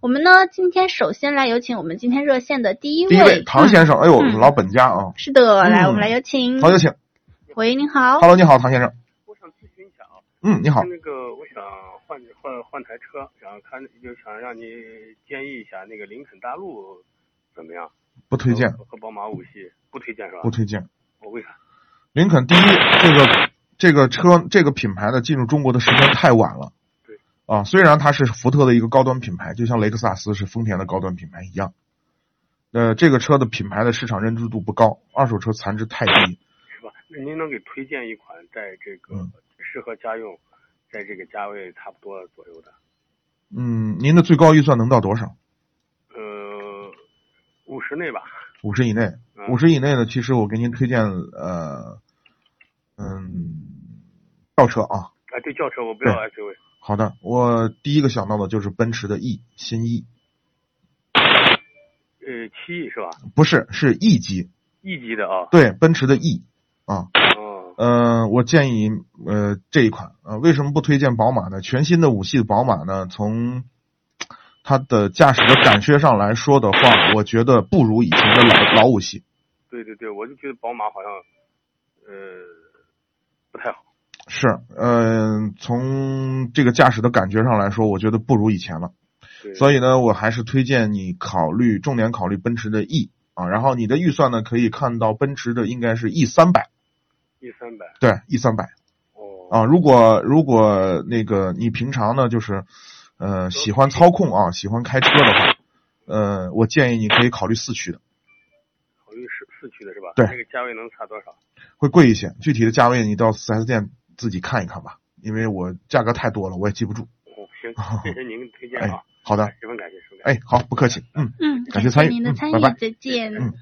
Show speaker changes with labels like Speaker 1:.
Speaker 1: 我们呢，今天首先来有请我们今天热线的第一
Speaker 2: 第一位
Speaker 1: 位
Speaker 2: 唐先生，哎呦，
Speaker 1: 嗯
Speaker 2: 老本家啊，
Speaker 1: 是的，
Speaker 2: 嗯
Speaker 1: 来，我们来有请。
Speaker 2: 好有请
Speaker 1: 喂，您好。
Speaker 2: ，Hello，你好，唐先生，
Speaker 3: 我想咨询一下啊，
Speaker 2: 嗯，你好
Speaker 3: 就，那个我想换换换台车，想看就想让你建议一下那个林肯大陆怎么样？
Speaker 2: 不推荐，
Speaker 3: 和和宝马五系不推荐是吧
Speaker 2: 不？推荐。
Speaker 3: 我为啥？
Speaker 2: 林肯第一，这个这个车这个品牌的进入中国的时间太晚了
Speaker 3: 对。
Speaker 2: 啊，虽然它是福特的一个高端品牌，就像雷克萨斯是丰田的高端品牌一样，呃，这个车的品牌的市场认知度不高，二手车残值太低。
Speaker 3: 是吧？那您能给推荐一款在这个
Speaker 2: 嗯
Speaker 3: 适合家用，在这个价位差不多左右的？
Speaker 2: 嗯，您的最高预算能到多少？
Speaker 3: 呃，五十内吧。
Speaker 2: 五十以内，
Speaker 3: 嗯
Speaker 2: 五十以内呢，其实我给您推荐呃，嗯，轿车啊，
Speaker 3: 啊，对轿车我不要 SUV，
Speaker 2: 好的，我第一个想到的就是奔驰的 E 新 E，
Speaker 3: 呃，七亿是吧？
Speaker 2: 不是是 E 级，
Speaker 3: 一级的啊。
Speaker 2: 对，奔驰的 E 啊，
Speaker 3: 哦，
Speaker 2: 呃，我建议呃这一款，呃，为什么不推荐宝马呢？全新的五系的宝马呢，从它的驾驶的感觉上来说的话，我觉得不如以前的老老五系。
Speaker 3: 对对对，我就觉得宝马好像，呃，不太好。
Speaker 2: 是，呃，从这个驾驶的感觉上来说，我觉得不如以前了。
Speaker 3: 对
Speaker 2: 所以呢，我还是推荐你考虑重点考虑奔驰的 E 啊，然后你的预算呢可以看到奔驰的应该是 E 三百，
Speaker 3: 一三百
Speaker 2: 对 E 三百
Speaker 3: 哦
Speaker 2: 啊。如果如果那个你平常呢就是呃喜欢操控啊，喜欢开车的话，呃，我建议你可以考虑四驱的，
Speaker 3: 考虑四四驱的是吧？
Speaker 2: 对
Speaker 3: 那个价位能差多少？
Speaker 2: 会贵一些，具体的价位你到 4S 店自己看一看吧，因为我价格太多了，我也记不住。
Speaker 3: 哦， 行，谢谢您推荐
Speaker 2: 哎
Speaker 3: 啊，，
Speaker 2: 好的，
Speaker 3: 十分感谢，十分感谢。
Speaker 2: 哎，好，不客气，嗯。
Speaker 1: 嗯，
Speaker 2: 感谢参与
Speaker 1: 您的
Speaker 2: 嗯
Speaker 1: 参
Speaker 2: 拜
Speaker 1: 与
Speaker 2: 拜，
Speaker 1: 再见。
Speaker 2: 嗯